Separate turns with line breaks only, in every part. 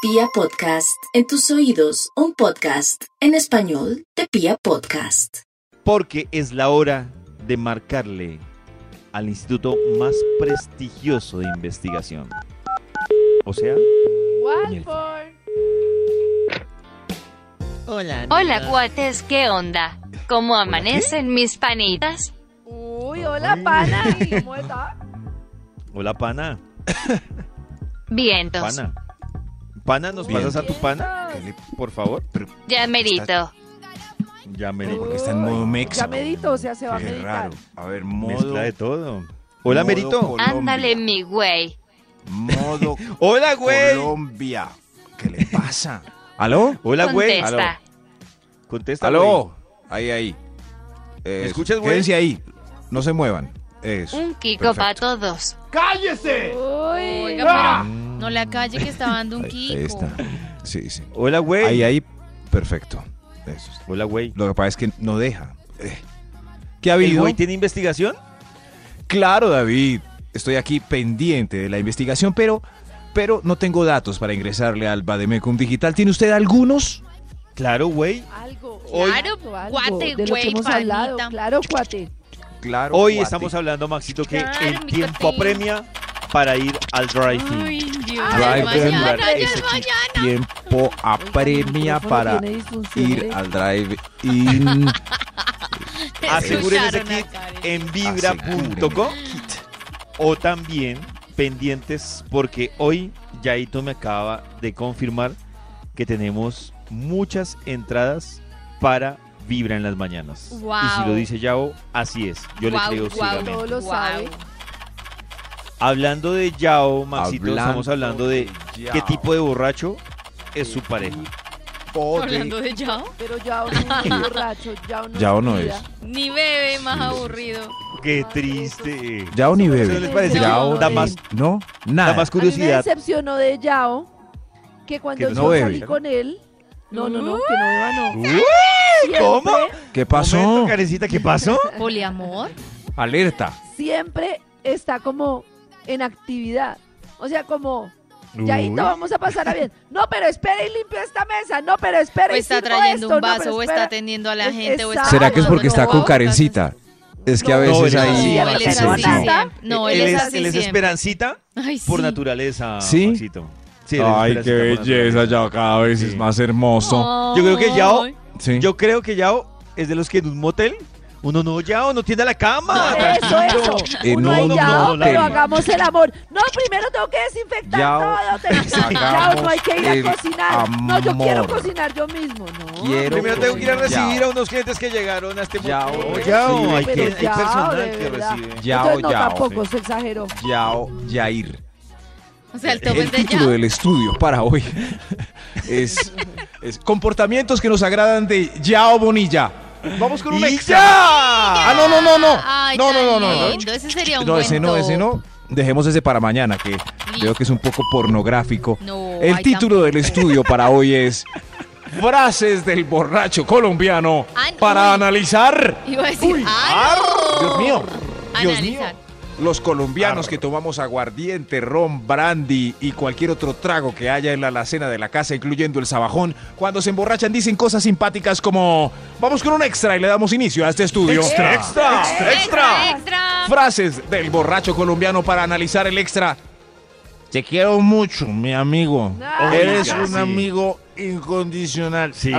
Pia Podcast, en tus oídos, un podcast en español de Pia Podcast.
Porque es la hora de marcarle al instituto más prestigioso de investigación. O sea,
Walford.
Hola.
Hola
amigos.
cuates, ¿qué onda? ¿Cómo amanecen mis panitas?
Uy, hola, pana. ¿y ¿Cómo está?
hola pana,
Vientos,
pana. Pana, ¿nos
Bien.
pasas a tu pana?
¿Qué le-
Por favor.
ya merito.
Ya me
Uy,
está en modo mexa.
Ya medito, o sea, se va a
Qué
meditar.
raro. A ver, modo.
mezcla de todo. Hola,
modo
Merito.
Colombia.
Ándale mi güey.
Modo
Hola, güey.
Colombia. ¿Qué le pasa? ¿Aló?
Hola, güey.
Contesta.
Contesta. güey.
¿Aló? Ahí, ahí. Eh,
¿Me escuchas, güey?
Quédense ahí. No se muevan. Eso.
Un Kiko
perfecto.
para todos.
Uy,
Oiga, pero
Mm,
no la calle que estaba dando un
ahí,
Kiko.
ahí está. Sí, sí.
Hola, güey.
Ahí, ahí. Perfecto. Eso. está.
Hola, güey.
Lo que pasa es que no deja. Eh. ¿Qué ha
¿El
habido?
güey tiene investigación?
Claro, David. Estoy aquí pendiente de la investigación, pero, pero no tengo datos para ingresarle al Bademecum Digital. ¿Tiene usted algunos?
Claro, güey.
Algo.
Hoy-
algo, algo,
cuate,
de lo
güey,
que hemos hablado.
panita.
Claro, cuate.
Claro.
Hoy
cuate.
estamos hablando, Maxito, que
Claro,
el
mi
tiempo
cotín.
apremia para ir al drive-in.
Ay, Dios.
Ay,
mañana,
Denver,
ya es
ese
mañana.
tiempo apremia para ir al drive-in.
Te
Aseguren ese
escucharon
kit
a Karen.
en vibra.com o también pendientes porque hoy Yaito me acaba de confirmar que tenemos muchas entradas para Vibra en las mañanas. Y si lo
Wow.
dice Yao, así es. Yo
Wow,
le creo
wow.
ciegamente.
Todo lo
Guau.
sabe.
Hablando de Yao, Maxito, estamos hablando de
ya.
qué tipo de borracho es su pareja.
Hablando de Yao.
Pero ya uno es un borracho. Ya uno,
Ya uno
cuida.
es.
Ni bebe, más
Sí.
aburrido.
Qué triste.
Yao ni
¿Eso les
bebe.
parece?
Yao
Da
ni-
más-
No,
Da
nada.
más
A mí me
curiosidad.
decepcionó de Yao que cuando
Que
no
yo
bebe.
salí con él. No, no, no, que no beba, no. Siempre,
¿Cómo?
¿Qué pasó?
Momento, Karencita, ¿qué pasó?
Poliamor.
Alerta.
Siempre está como en actividad. O sea, como Ya ahí
Uy.
no vamos a pasar a bien. No, pero espera y limpia esta mesa. No, pero espera
O
y
Pues está
sirvo
trayendo
esto.
un
No,
vaso,
pero
o
espera.
está atendiendo a la
Es-
gente. o está
exacto.
¿Será que es porque está con
tomando
Karencita? Es que a
No,
veces
él es
ahí...
así,
No, él
Sí,
es así
no.
siempre. No, él es así
él es
siempre.
esperancita
Ay, sí.
por naturaleza,
¿Sí?
Maxito. Sí, él es
Ay,
esperancita
qué
por
belleza,
naturaleza.
Yao. Cada vez es
Sí.
más hermoso.
Yo creo que Yao-
Ay.
Sí.
Yo creo que Yao es de los que en un motel uno no Yao no tiende a la cama.
Eso, eso.
Eh,
Uno
no,
ahí
no,
ya,
no, no,
pero
no.
hagamos el amor. No, primero tengo que desinfectar
Ya, pues,
todo. tengo que- Ya, pues,
hagamos
no hay que ir
el
a cocinar. No, yo quiero
amor.
cocinar yo mismo. No.
Quiero
Primero tengo que ir a recibir
Yao.
a unos clientes que llegaron a este
Yao,
motel.
eh,
Yao,
sí,
hay,
pero
que, hay
Yao,
personal
de
que
verdad.
recibe.
Yao,
Entonces, no,
Yao.
tampoco, se exageró.
Yao Yair.
O sea, el top
El
es de
título
Yao.
del estudio para hoy es, es Comportamientos que nos agradan de Yao Bonilla. Vamos con un
Y
extra.
ya.
Ah, no, no, no, no.
Ay,
no, no, no,
tan
no, no.
lindo. Ese sería un
No,
buen
ese no,
top.
ese no. Dejemos ese para mañana, que veo que es un poco pornográfico.
No,
El
ay,
título del estudio para hoy es Frases del borracho colombiano
Ah, no.
para analizar.
Iba a decir, ay, no.
Dios mío. Dios mío.
Analizar.
Los colombianos
Arre.
que tomamos aguardiente, ron, brandy y cualquier otro trago que haya en la alacena de la casa, incluyendo el sabajón, cuando se emborrachan dicen cosas simpáticas como vamos con un extra y le damos inicio a este estudio.
Extra, extra, extra,
Extra,
extra.
extra.
Frases del borracho colombiano para analizar el extra. Te quiero mucho, mi amigo.
Ay,
Eres un sí.
amigo incondicional.
Sí.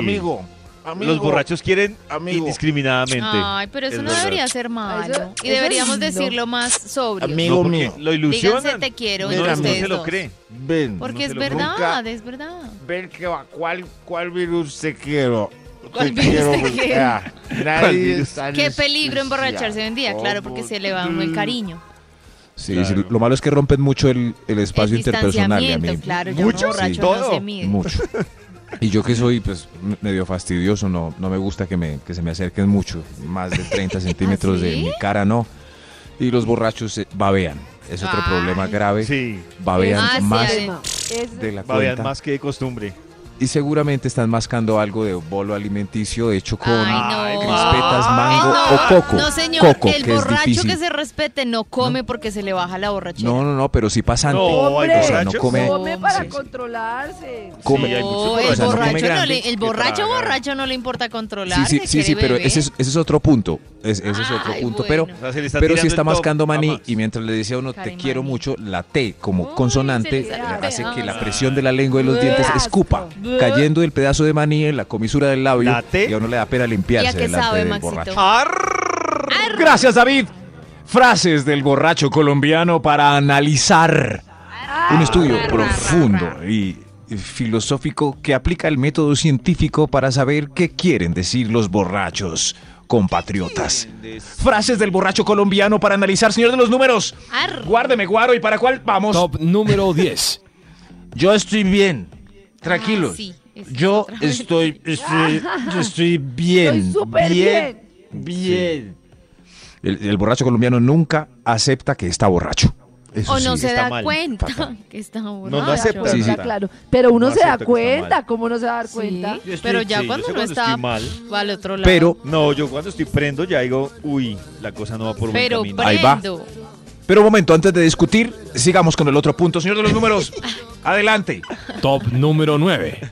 Amigo, Los borrachos quieren
Amigo.
indiscriminadamente.
Ay, pero eso
Es
no
verdad.
debería ser malo.
Eso-
y
eso
deberíamos
es lindo.
decirlo más sobrio.
Amigo.
No, porque
mío.
Lo ilusionan.
Díganse te quiero
No,
entre
no
ustedes
se lo
dos.
cree.
Ven.
Porque
No
es
se lo-
verdad, es verdad.
Ver que va, ¿cuál, cuál virus te quiero?
¿Cuál virus te quiero?
golpear.
¿Cuál virus?
está en
Qué peligro
especial.
emborracharse hoy en día, claro, porque
¿Cómo
se le va uno
Mm.
el cariño.
Sí,
Claro.
sí, lo malo es que rompen mucho el, el espacio
El
interpersonal. y a mí-
distanciamiento, claro, ya un
Mucho, sí,
borracho no
todo.
se mide.
mucho. Y yo que soy pues m- medio fastidioso, no, no me gusta que, me, que se me acerquen mucho, más de 30 centímetros de
¿Ah, sí?
mi cara, no. Y los borrachos eh, babean, es otro
Ay.
problema grave,
Sí,
babean
Ah, sí,
más
a ver.
Es-
de Pues, la
babean
cuenta.
más que de costumbre.
Y seguramente están mascando algo de bolo alimenticio hecho con
Ay, no.
crispetas,
Ay,
mango
Ah, no,
o coco.
No, señor,
Coco,
el
que es
borracho
difícil.
que se respete no come porque se le baja la borrachera.
No, no, no, pero sí pasante.
No, hay
o sea, no
borrachos.
come,
Come para
Sí, sí.
controlarse.
come-
Sí, hay muchos
No, el
borrachos, no come
borracho, no
grande,
le, el
que
borracho,
traga.
borracho no le importa controlar.
Sí, sí, sí, sí, pero ese es, ese es otro punto. Es- ese es otro
Ay,
punto.
bueno.
Pero,
O sea, se le está
pero
tirando
si
el
está
top
mascando maní
jamás.
y mientras le dice a uno te
Carimani.
quiero mucho, la T como
Uy, se
consonante
le sale
el
hace que la
pedazo.
presión de la lengua y los
Qué
dientes
asco.
escupa, cayendo el pedazo de maní en la comisura del labio
La T.
y a uno le da pena
¿Y a
limpiarse
qué
delante
sabe,
del
Maxito?
borracho. Ah, Gracias, David. Frases del borracho colombiano para analizar. Un estudio profundo y filosófico que aplica el método científico para saber qué quieren decir los borrachos compatriotas. Frases del borracho colombiano para analizar, señor de los números.
Ar.
Guárdeme, guaro, ¿y para cuál vamos?
Top número 10.
Yo estoy bien.
tranquilos. Ah, sí, es Yo
yo
otra vez.
estoy, estoy, bien.
Estoy súper bien.
Bien. El, el borracho colombiano nunca acepta que está borracho. Eso
O
sí.
no se
está
da
mal.
cuenta
Fatal.
que está borracho.
No, no acepta.
Sí, sí.
Está Ah, claro. Pero uno
No
se da
acepta que está
cuenta.
mal.
¿Cómo no se va a dar
Sí,
cuenta?
pero ya
sí, yo
cuando
sé
no
cuando
está
estoy mal.
va al otro lado.
Pero,
No, yo cuando estoy prendo ya digo, uy, la cosa no va por un buen
pero
camino.
Ahí va.
prendo.
pero un momento, antes de discutir, sigamos con el otro punto. Señor de los números, adelante.
Top número 9.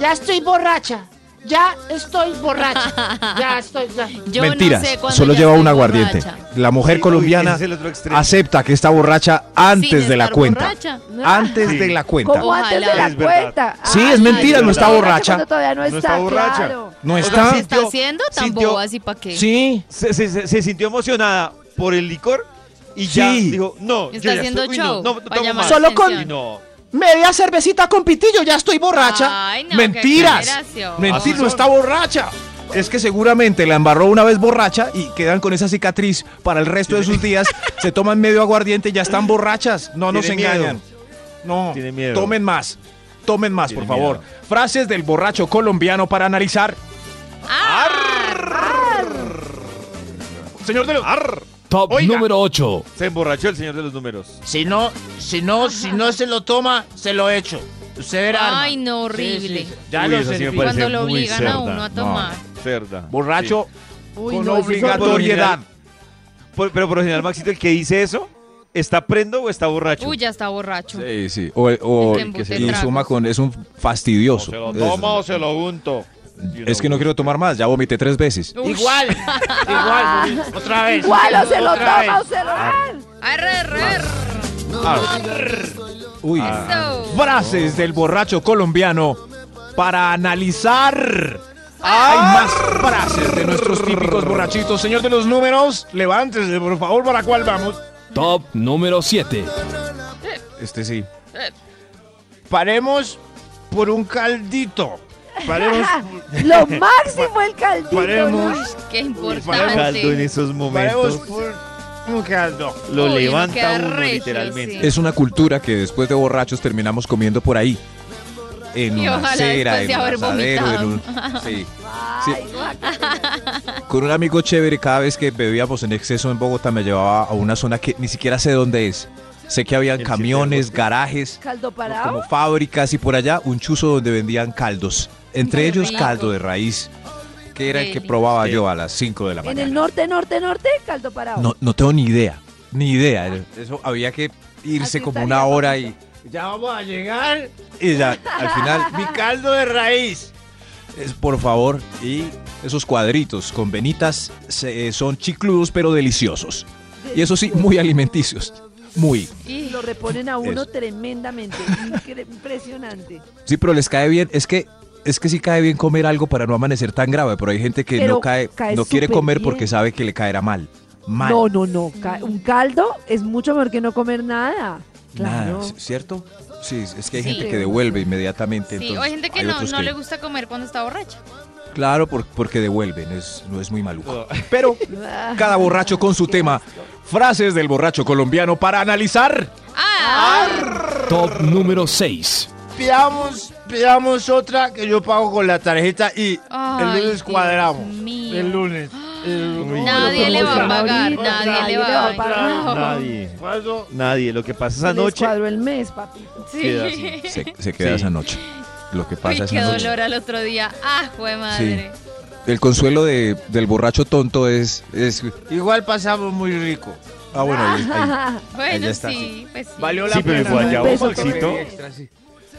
Ya estoy borracha. Ya estoy borracha. Ya estoy. Ya.
Yo
Mentiras,
no sé cuándo
solo
ya
lleva
estoy
un aguardiente.
borracha.
La mujer
Sí, uy,
colombiana
ese es el otro extremo.
acepta que está borracha antes
Sin
de la
estar
cuenta.
borracha.
Antes
Sí.
de la cuenta.
¿Cómo antes de
Ojalá.
la
Es verdad.
cuenta?
Sí,
Ay,
es mentira,
yo
no
soy
está
borracha.
cuando todavía no,
No
está,
está borracha.
claro.
No
sea,
está.
Se está
Sintió-
haciendo tan
sintió-
boba así para qué.
Sí.
Se, se- se- se sintió emocionada por el licor y ya
Sí.
dijo, no, yo
Está
ya
haciendo
estoy- uy, no,
show.
no, no
para
tomo
llamar
más.
Solo con-
Y no.
Media cervecita con pitillo, ya estoy borracha.
Ay, no, qué
Mentiras.
exageración.
Mentir, no está borracha. Es que seguramente la embarró una vez borracha y quedan con esa cicatriz para el resto de sus días. Se toman medio aguardiente y ya están borrachas. No nos
Tiene miedo.
engañan. No.
Tiene miedo.
Tomen más. Tomen más,
Tiene
por favor.
miedo.
Frases del borracho colombiano para analizar.
Ah,
Señor de los.
Top
Oiga.
número 8.
Se emborrachó el señor de los números.
Si no, si no, si no se lo toma, se lo echo. Usted verá.
Ay, no, horrible.
Uy, eso sí me parece
Y Cuando lo
muy
obligan
cerda.
a uno a
No.
tomar.
Cerda.
Borracho
Uy,
con
no, eso es
obligatoriedad.
Sí. Por- pero por lo general, Maxito, el que dice eso, ¿está prendo o está borracho?
Uy, ya está borracho.
Sí, sí. O, o-
El que embute
y
tragos.
suma con. Es un fastidioso.
o se lo unto.
Es, es que no quiero tomar más. Ya vomité tres veces.
Uy.
Igual,
Ah.
igual, otra vez.
Igual o se lo
Otra
toma o
vez.
se lo dan.
Arre, arre, arre.
Uy.
Eso.
Frases del borracho colombiano para analizar. Hay más frases de nuestros típicos borrachitos. Señor de los números, levántese, por favor, ¿para cuál vamos?
Top número 7.
Este sí.
Paremos por un caldito.
Ah,
Paremos,
Ah, Lo máximo el caldito. ¿no?
Qué Ah,
Caldo en este
importante.
esos momentos
por un caldo.
lo
Uy, uno
levanta
queda
uno
regio,
literalmente.
sí.
Es una cultura que después de borrachos terminamos comiendo por ahí. En
Y
una
ojalá
acera, en
después de
un
haber
asadero, en un... Sí. Sí. Con un amigo chévere, cada vez que bebíamos en exceso en Bogotá, me llevaba a una zona que ni siquiera sé dónde es. Sé que habían
El Siete
camiones,
Bosques.
garajes,
Caldo
como
parado.
fábricas y por allá un chuzo donde vendían caldos. Entre
Qué
ellos
rico.
caldo de raíz, que era el que
Deli.
probaba
Sí.
yo a las 5 de la
En
mañana.
el norte, norte, norte, caldo parado.
no, no tengo ni idea, ni idea. Ah, Eso había que irse
Así
como
estaría,
una hora y,
Ya vamos a llegar.
y ya, al final,
Mi caldo de raíz.
es, por favor, y esos cuadritos con venitas se- eh, son chicludos pero deliciosos. Y eso sí, muy alimenticios. Muy.
Sí.
Lo reponen a uno
Eso.
tremendamente. incre- Impresionante.
Sí, pero les cae bien. Es que es que sí cae bien comer algo para no amanecer tan grave, pero hay gente que
Pero
no cae,
cae
no quiere
súper
comer
bien.
porque sabe que le caerá mal. Mal.
No, no, no. ca- Un caldo es mucho mejor que no comer nada.
Nada,
Claro.
¿c- ¿cierto? Sí, es- es que hay
Sí.
gente que devuelve inmediatamente.
Sí,
entonces
o hay gente que no,
otros
no le gusta comer cuando está borracha.
Claro, por- porque devuelven, es, no es muy maluco.
No.
Pero
Ah,
cada borracho con su tema. Frases del borracho colombiano para analizar.
Ah,
Top número 6.
Pidamos, pidamos otra que yo pago con la tarjeta y
Ay,
el lunes
Dios
cuadramos.
mío.
El lunes. El lunes.
Nadie le va a pagar,
Ahorita,
nadie le
nadie
va a
le va a pagar.
pagar.
Nadie.
Paso.
Nadie. Lo que pasa
se
esa
les
noche
cuadró el mes, papito.
queda
Sí.
Se, se queda
Sí.
esa noche. lo que
Uy,
pasa
qué
esa noche.
dolor al otro día. ¡Ah, jue madre!
El consuelo de, del borracho tonto es, es-
Igual pasamos muy rico.
Ah, bueno, ahí- ahí-
Bueno,
Ella está
sí, pues sí.
Valió
Sí, pero el guayabo,
Beso,
Maxito.
corre.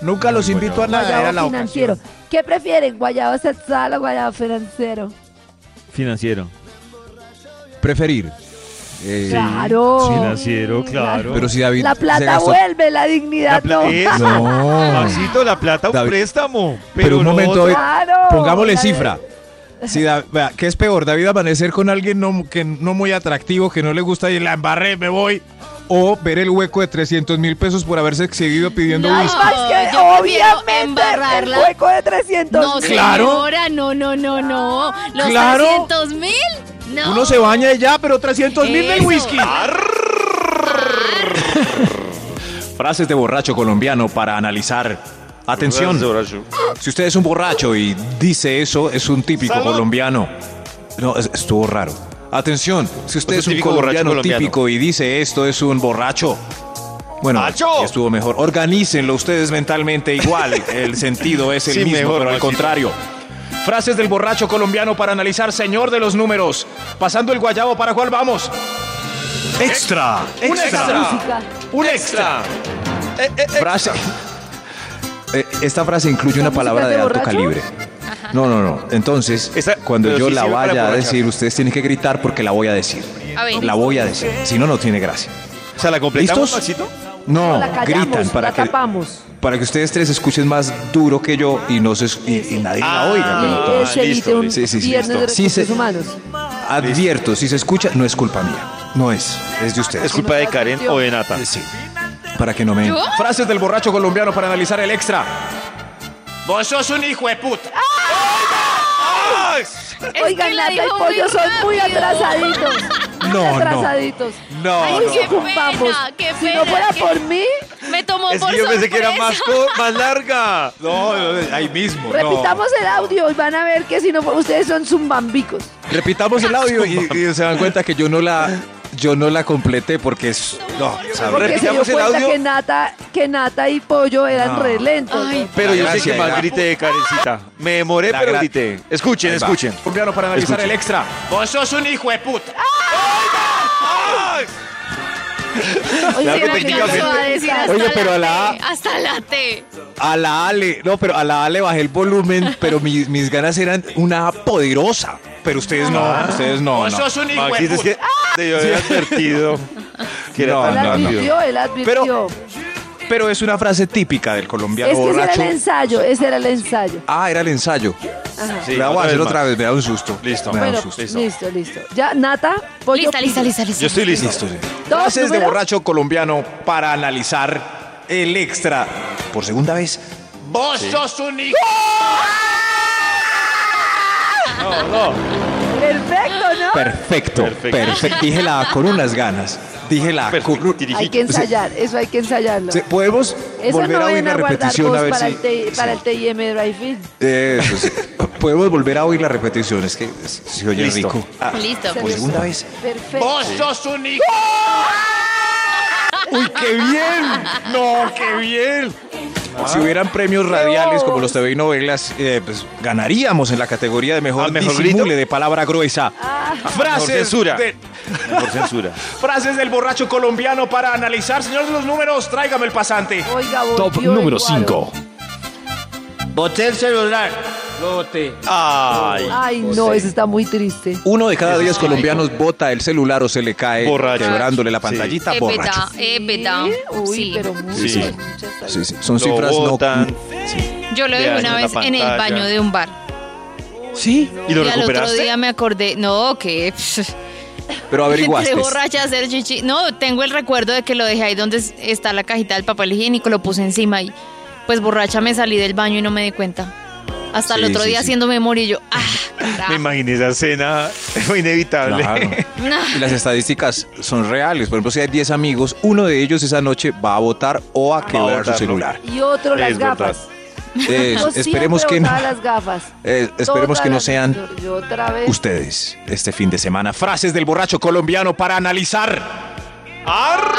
Nunca los invito a nada.
Guayabo
era la
financiero. ¿Qué prefieren, guayabo sexual o guayabo financiero?
Financiero.
Preferir. Eh,
claro.
Financiero, claro.
Pero si David
La
se
plata
gastó- eh,
vuelve, la dignidad
La pla-
no.
Eso.
No.
Maxito, la plata, un
David.
préstamo. Pero,
Pero un
lo
momento,
otro-
David,
Claro.
pongámosle
La-
cifra. Si Da- vea, ¿Qué es peor? ¿David amanecer con alguien no, que no muy atractivo, que no le gusta y la embarré, me voy? ¿O ver el hueco de 300 mil pesos por haberse excedido pidiendo
No.
Ay,
whisky?
Max, que
yo prefiero
obviamente el
embarrarla.
hueco de 300
No,
mil.
Claro.
señora, no, no, no, no. ¿Los
Claro.
300 mil? No.
Uno se baña y ya, pero 300 mil del
Eso.
whisky.
Ah,
Frases de borracho colombiano para analizar. Atención. Si usted es un borracho y dice eso, es un típico colombiano. No, es- estuvo raro. Atención, si usted
Es un
es un
típico borracho
colombiano,
colombiano.
típico y dice esto, es un borracho. Bueno,
¡Macho!
estuvo mejor. Organícenlo ustedes mentalmente igual. El sentido es el
Sí,
mismo,
mejor,
pero al
Maxito.
contrario. Frases del borracho colombiano para analizar, señor de los números. Pasando el guayabo, ¿para cuál vamos? ¡Extra!
Una música.
¡Un extra! Frase. Eh, Esta frase incluye una
¿Esta
palabra
música es
de,
de
alto
borracho?
calibre. No, no, no. Entonces,
Esta-
cuando
pero
yo
sí
la
sirve para
vaya a
borrachar.
decir, ustedes tienen que gritar porque la voy a decir.
A
Ah,
ver.
La voy a decir. Si no, no tiene gracia.
O sea, la completamos,
¿Listos?
Maxito.
No,
la callamos,
gritan para
la
que,
tapamos.
para que ustedes tres escuchen más duro que yo y, no se, es- y, y nadie la oiga. pero
Y
Ah,
se
listo,
evite un
listo. Sí, sí, sí,
viernes de
listo. Sí,
recursos
se-
humanos.
Advierto, si se escucha, no es culpa mía. No es, es de ustedes.
Es culpa de Karen o de Nata.
Sí. Para que no me.
¿Yo?
Frases del borracho colombiano para analizar el extra.
Vos sos un hijo de puta.
Es que
Oigan,
la
Nata y
dijo muy
Pollo son muy
rápido.
atrasaditos. Muy
No, no.
atrasaditos.
No,
Ay,
Muy
qué pena,
sucumbamos.
qué
Si
pena,
no fuera
qué-
por mí,
Me tomó
Es
por
que yo pensé que era
sorpresa.
más, co- más larga.
No, no, ahí mismo. no.
repitamos el audio y van a ver que si no, fu- ustedes son zumbambicos.
Repitamos el audio y, y se dan cuenta que yo no la, yo no la completé porque es. No, ¿sabes?
Porque se dio
Repitamos el
cuenta
audio.
que Nata, que Nata y Pollo eran
No.
re lentos.
Ay,
Pero yo sé
Gracias,
que más
gra-
grité de Karencita. Me demoré,
La
pero
gra-
grité. Escuchen,
Ahí va.
escuchen.
Colombiano para analizar
Escuchen.
el extra.
Vos sos un hijo de puta.
Oye,
¿será
que
que no lo va a decir hasta
Oye, pero a la
la
A-
T? Hasta la T.
A la Ale, no, pero a la Ale bajé el volumen, pero mis, mis ganas eran una poderosa. Pero ustedes no, ustedes no.
Vos
no.
sos un hijo de
Maxito, Ah. es
puta.
que debió haber advertido que era
No,
tan
él
no,
rápido.
advirtió, él advirtió.
Pero- Pero es una frase típica del colombiano
es que ese era
borracho.
el ensayo, ese era el ensayo.
Ah, era el ensayo.
Sí,
la voy a hacer
más.
otra vez, me da un susto.
Listo.
Me da
Bueno,
un susto.
listo, listo, Ya, Nata, Pollo.
Lista, lista, lista, lista.
Yo estoy listo.
Dos
Frases de
números.
borracho colombiano para analizar el extra. Por segunda vez.
Vos sos un hijo.
Perfecto, ¿no?
Perfecto,
Perfecto.
perfecto. Dije la A con unas ganas. Dije la A con...
hay que ensayar, eso hay que ensayarlo.
pues, Sí, ¿Podemos
Eso
volver
no
a oír
ven
la
a guardar
repetición a
voz
ver
para,
si...
el T- para
sí.
el TIM Drive-In.
Eso sí. Podemos volver a oír la repetición, es que se oye
Listo.
rico. Ah,
Listo.
por segunda vez.
Perfecto.
Vos sos un hijo.
¡Uy, qué bien! ¡No, qué bien! Si hubieran premios radiales como los TV y novelas, eh, pues ganaríamos en la categoría de mejor,
Ah, mejor
disimule
grito.
de palabra gruesa.
Por censura.
de-
Por censura.
frases del borracho colombiano para analizar. Señor de los números, tráigame el pasante.
Oiga,
Top
volvió el
número
cuadro.
5.
Boté el celular. Lo boté.
Ay,
Ay, no, eso está muy triste.
Uno de cada diez colombianos bota el celular o se le cae
Borracho.
quebrándole la
Sí.
pantallita
Eh,
borracho.
Épeta, épeta.
Sí, Uy,
Sí.
pero muchas,
Sí.
muchas.
Sí, sí, Son
Lo
cifras no...
botan.
Yo lo
Te
dejé
dañan
una
la
vez en el
pantalla.
baño de un bar.
Sí,
¿Y lo
al otro
recuperaste?
día me acordé. No, que. pff,
pero averiguaste.
Entre borracha hacer chichi. No, tengo el recuerdo de que lo dejé ahí donde es- está la cajita del papel higiénico, lo puse encima y pues borracha me salí del baño y no me di cuenta. Hasta el
Sí,
otro
sí,
día
sí.
haciendo memoria y yo, ah, carajo.
me imaginé esa escena. Fue inevitable.
Claro.
No.
Y las estadísticas son reales. Por ejemplo, si hay 10 amigos, uno de ellos esa noche va a votar o a quebrar su
votar, ¿no?
celular.
Y otro, las
Es verdad.
gafas.
Eh,
Yo
esperemos
siempre
que no,
botaba las gafas.
eh, esperemos
Todas
que no
las-
sean
Yo, yo otra vez.
ustedes este fin de semana. Frases del borracho colombiano para analizar.
Ah.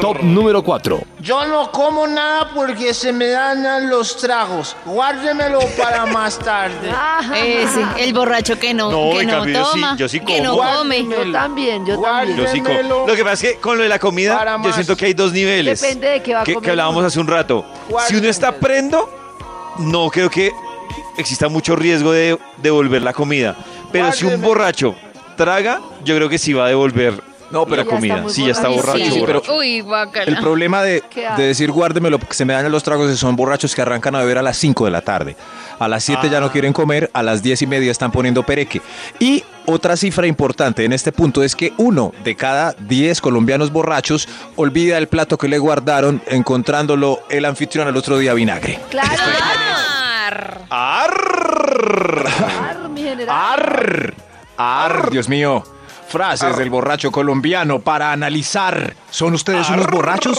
Top número 4.
Yo no como nada porque se me dañan los tragos. Guárdemelo para más tarde.
Ajá.
Ese, Eh, el borracho que no,
No,
que
en
no
cambio, yo sí-
toma,
yo sí
que no
como.
come.
Yo también, yo también.
Yo sí como.
Démelo.
Lo que pasa es que con lo de la
Para
comida, yo
más.
siento que hay dos niveles.
Depende de qué va a
que,
comer
que hablábamos
uno.
hace un rato. Si uno
Guárdemelo.
está prendo, no creo que exista mucho riesgo de devolver la comida. Pero si un
Guárdemelo.
borracho traga, yo creo que sí va a devolver
No, pero
la
Ya está
comida.
muy
Si ya está
borracho.
borracho,
Sí, sí, pero-
borracho.
Uy,
El
guacala.
problema de,
Qué asco.
de decir guárdemelo porque se me dañan los tragos es son borrachos que arrancan a beber a las 5 de la tarde. A las 7 ya
Ah.
no quieren comer, a las 10 y media están poniendo pereque. Y otra cifra importante en este punto es que uno de cada 10 colombianos borrachos olvida el plato que le guardaron encontrándolo el anfitrión al otro día vinagre.
Claro,
Ar.
¡Arr!
claro, Ah, mi
Ah,
general.
¡Arr! ¡Arr! Dios mío. Frases del borracho colombiano para analizar. ¿Son ustedes unos borrachos?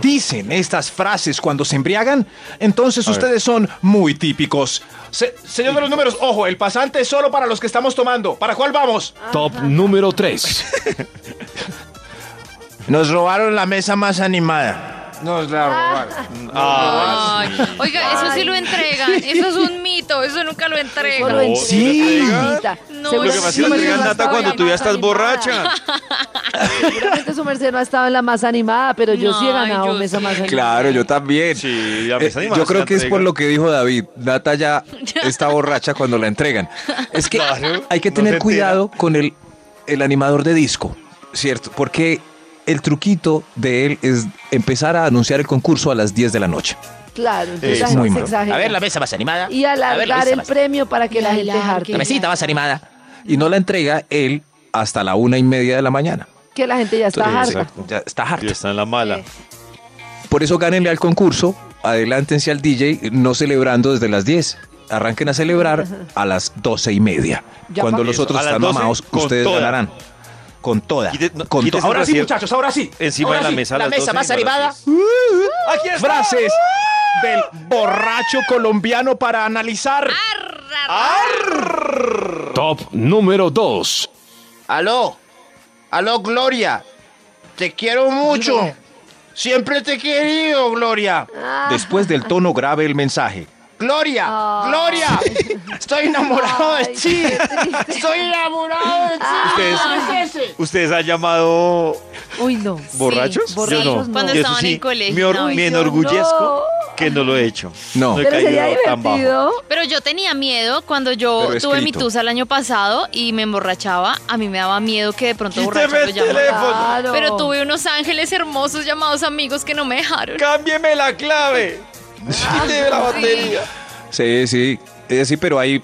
¿Dicen estas frases cuando se embriagan? Entonces ustedes son muy típicos.
Se- señor de los números, ojo, el pasante es solo para los que estamos tomando. ¿Para cuál vamos?
Top número 3.
Nos robaron la mesa más animada. Nos la robaron.
Ay. Oiga, eso sí lo entregan. Eso es un mito. Eso nunca lo
Solo
entregan.
en
sí.
Serenita.
No,
Lo que
Seguramente
Pues
pasa es
su
que la
sí,
merced
entregan
no
nata
estaba en
cuando
la
tú ya
más
estás
animada.
borracha.
Seguramente su merced no estaba en la más animada, pero yo sí he
No,
ganado
yo
mesa
sí.
más animada.
Claro, yo también.
Sí, la mesa
Eh,
animada
yo
se
creo
la
que es por
entregan.
lo que dijo David. Nata ya está borracha cuando la entregan. Es que
Claro,
hay que
no
tener
se
cuidado con el, el animador de disco, ¿cierto? Porque el truquito de él es empezar a anunciar el concurso a las 10 de la noche.
Claro, entonces
Es
la gente
muy
se
malo.
exagera.
A ver, la mesa más animada.
y
A ver, la
alargar
mesa
el
más-
premio para que la gente
La
jarte.
mesita más animada.
Y no la entrega él hasta la una y media de la mañana.
Que la gente ya está
Entonces,
harta.
ya está harta.
Ya está en la mala.
Por eso gánenle al concurso, adelántense al DJ, no celebrando desde las 10. Arranquen a celebrar a las 12 y media.
Ya
Cuando
pa-
los
Eso,
otros
a las
están
12
mamados,
con
ustedes
toda.
ganarán. Con toda.
Quite- no,
con
quítese
toda.
el
Ahora sí,
brasier
muchachos, ahora sí.
Encima
Ahora
de la
sí,
mesa a
La
las
mesa
12
más
y a las
animada.
10.
Aquí está. Frases del borracho colombiano para analizar.
Top número 2.
Aló, aló Gloria, te quiero mucho. Siempre te he querido, Gloria.
oh,
Ah.
Después del tono grave el mensaje.
Gloria, Gloria, estoy enamorado de
Ay,
ti.
qué triste.
Estoy enamorado de ti.
Ustedes,
¿Qué es ese?
ustedes han llamado
Uy, no.
borrachos.
borrachos
Yo
no.
no.
Cuando
Yo eso
estaban en colegio,
Me, or-
no,
me
yo
enorgullezco que no lo he hecho.
No.
he
Pero sería
caído tan bajo.
divertido.
Pero yo tenía miedo cuando yo
Pero
tuve mi
escrito.
tusa el año pasado y me emborrachaba. A mí me daba miedo que de pronto
Quíteme
borracho lo
el
llamara.
teléfono.
Claro.
Pero tuve unos ángeles hermosos llamados amigos que no me dejaron.
¡Cámbieme la clave! ¡Quíteme la batería!
Sí, sí. Eh, sí, pero hay,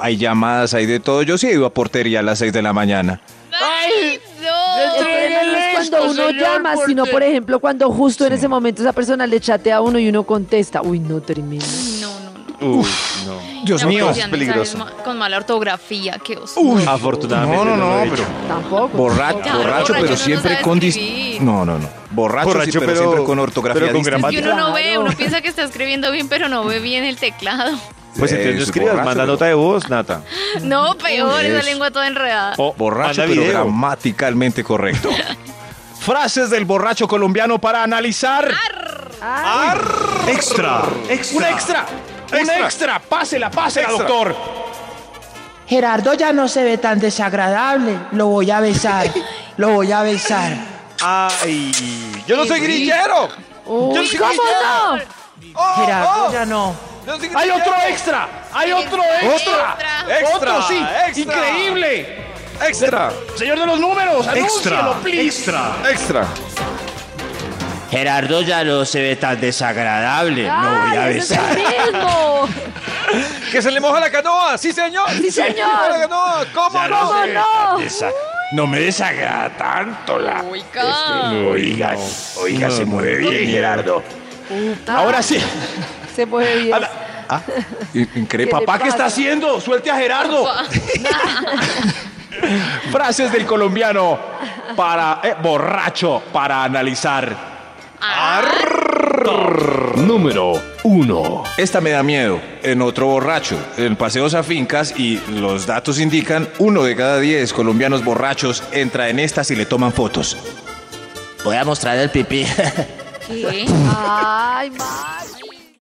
hay llamadas, hay de todo. Yo sí he ido a portería a las 6 de la mañana.
¡Ay,
El
no!
problema no es
Esto,
cuando uno
señor,
llama,
porque-
sino por ejemplo cuando justo en ese momento esa persona le chatea a uno y uno contesta. Uy, no termino.
No, no, no.
Uf, no.
Dios
Me
mío.
aparecían mensajes
peligroso.
ma- Con mala ortografía, qué oso.
Afortunadamente.
No, no,
lo
no,
he hecho.
pero-
Tampoco.
Borracho,
Claro,
borracho,
borracho
pero
no
siempre
sabe
con dis-
escribir.
no, no, no. Borracho, sí,
Borracho,
pero,
pero-
siempre con ortografía
pero con
distinta.
gramática.
Y uno no ve,
Claro.
uno piensa que está escribiendo bien, pero no ve bien el teclado.
Pues entonces no
Es
escribas,
Eh, borracho,
manda
pero-
nota de voz, Nata.
No, peor, esa
Eso.
lengua toda enredada.
O
Borracho,
manda
pero
video.
gramaticalmente correcto. Frases del borracho colombiano para analizar.
Ah,
Extra.
Un extra, un extra, pásela, pásela, doctor.
Gerardo ya no se ve tan desagradable. Lo voy a besar. Lo voy a besar.
¡Ay! ¡Yo no soy grillero!
Uy,
Yo sí
¿cómo
grillé.
no?
oh.
Gerardo ya no.
Hay otro extra, hay otro extra.
Extra,
Otro, sí,
extra.
increíble.
¡Extra!
Señor de los números, anúncielo, please. Extra.
¡Extra!
Gerardo ya no se ve tan desagradable.
Ay, ese es el mismo.
¡Que se le moja la canoa! ¡Sí, señor!
Sí, señor.
canoa! ¿Cómo
¿Cómo no?
No me desagrada tanto la.
Oiga.
Oiga, oiga, se mueve bien, Gerardo.
Ahora sí. Se mueve bien.
Increíble.
le
Papá, ¿qué está
pasa?
haciendo? Suelte a Gerardo.
Frases del colombiano para eh, borracho para analizar.
Ah.
Número 1.
Esta me da miedo. En otro borracho, en paseos a fincas y los datos indican uno de cada diez colombianos borrachos entra en estas y le toman fotos.
Voy a mostrar el pipí.
¿Qué?
Ay, ma.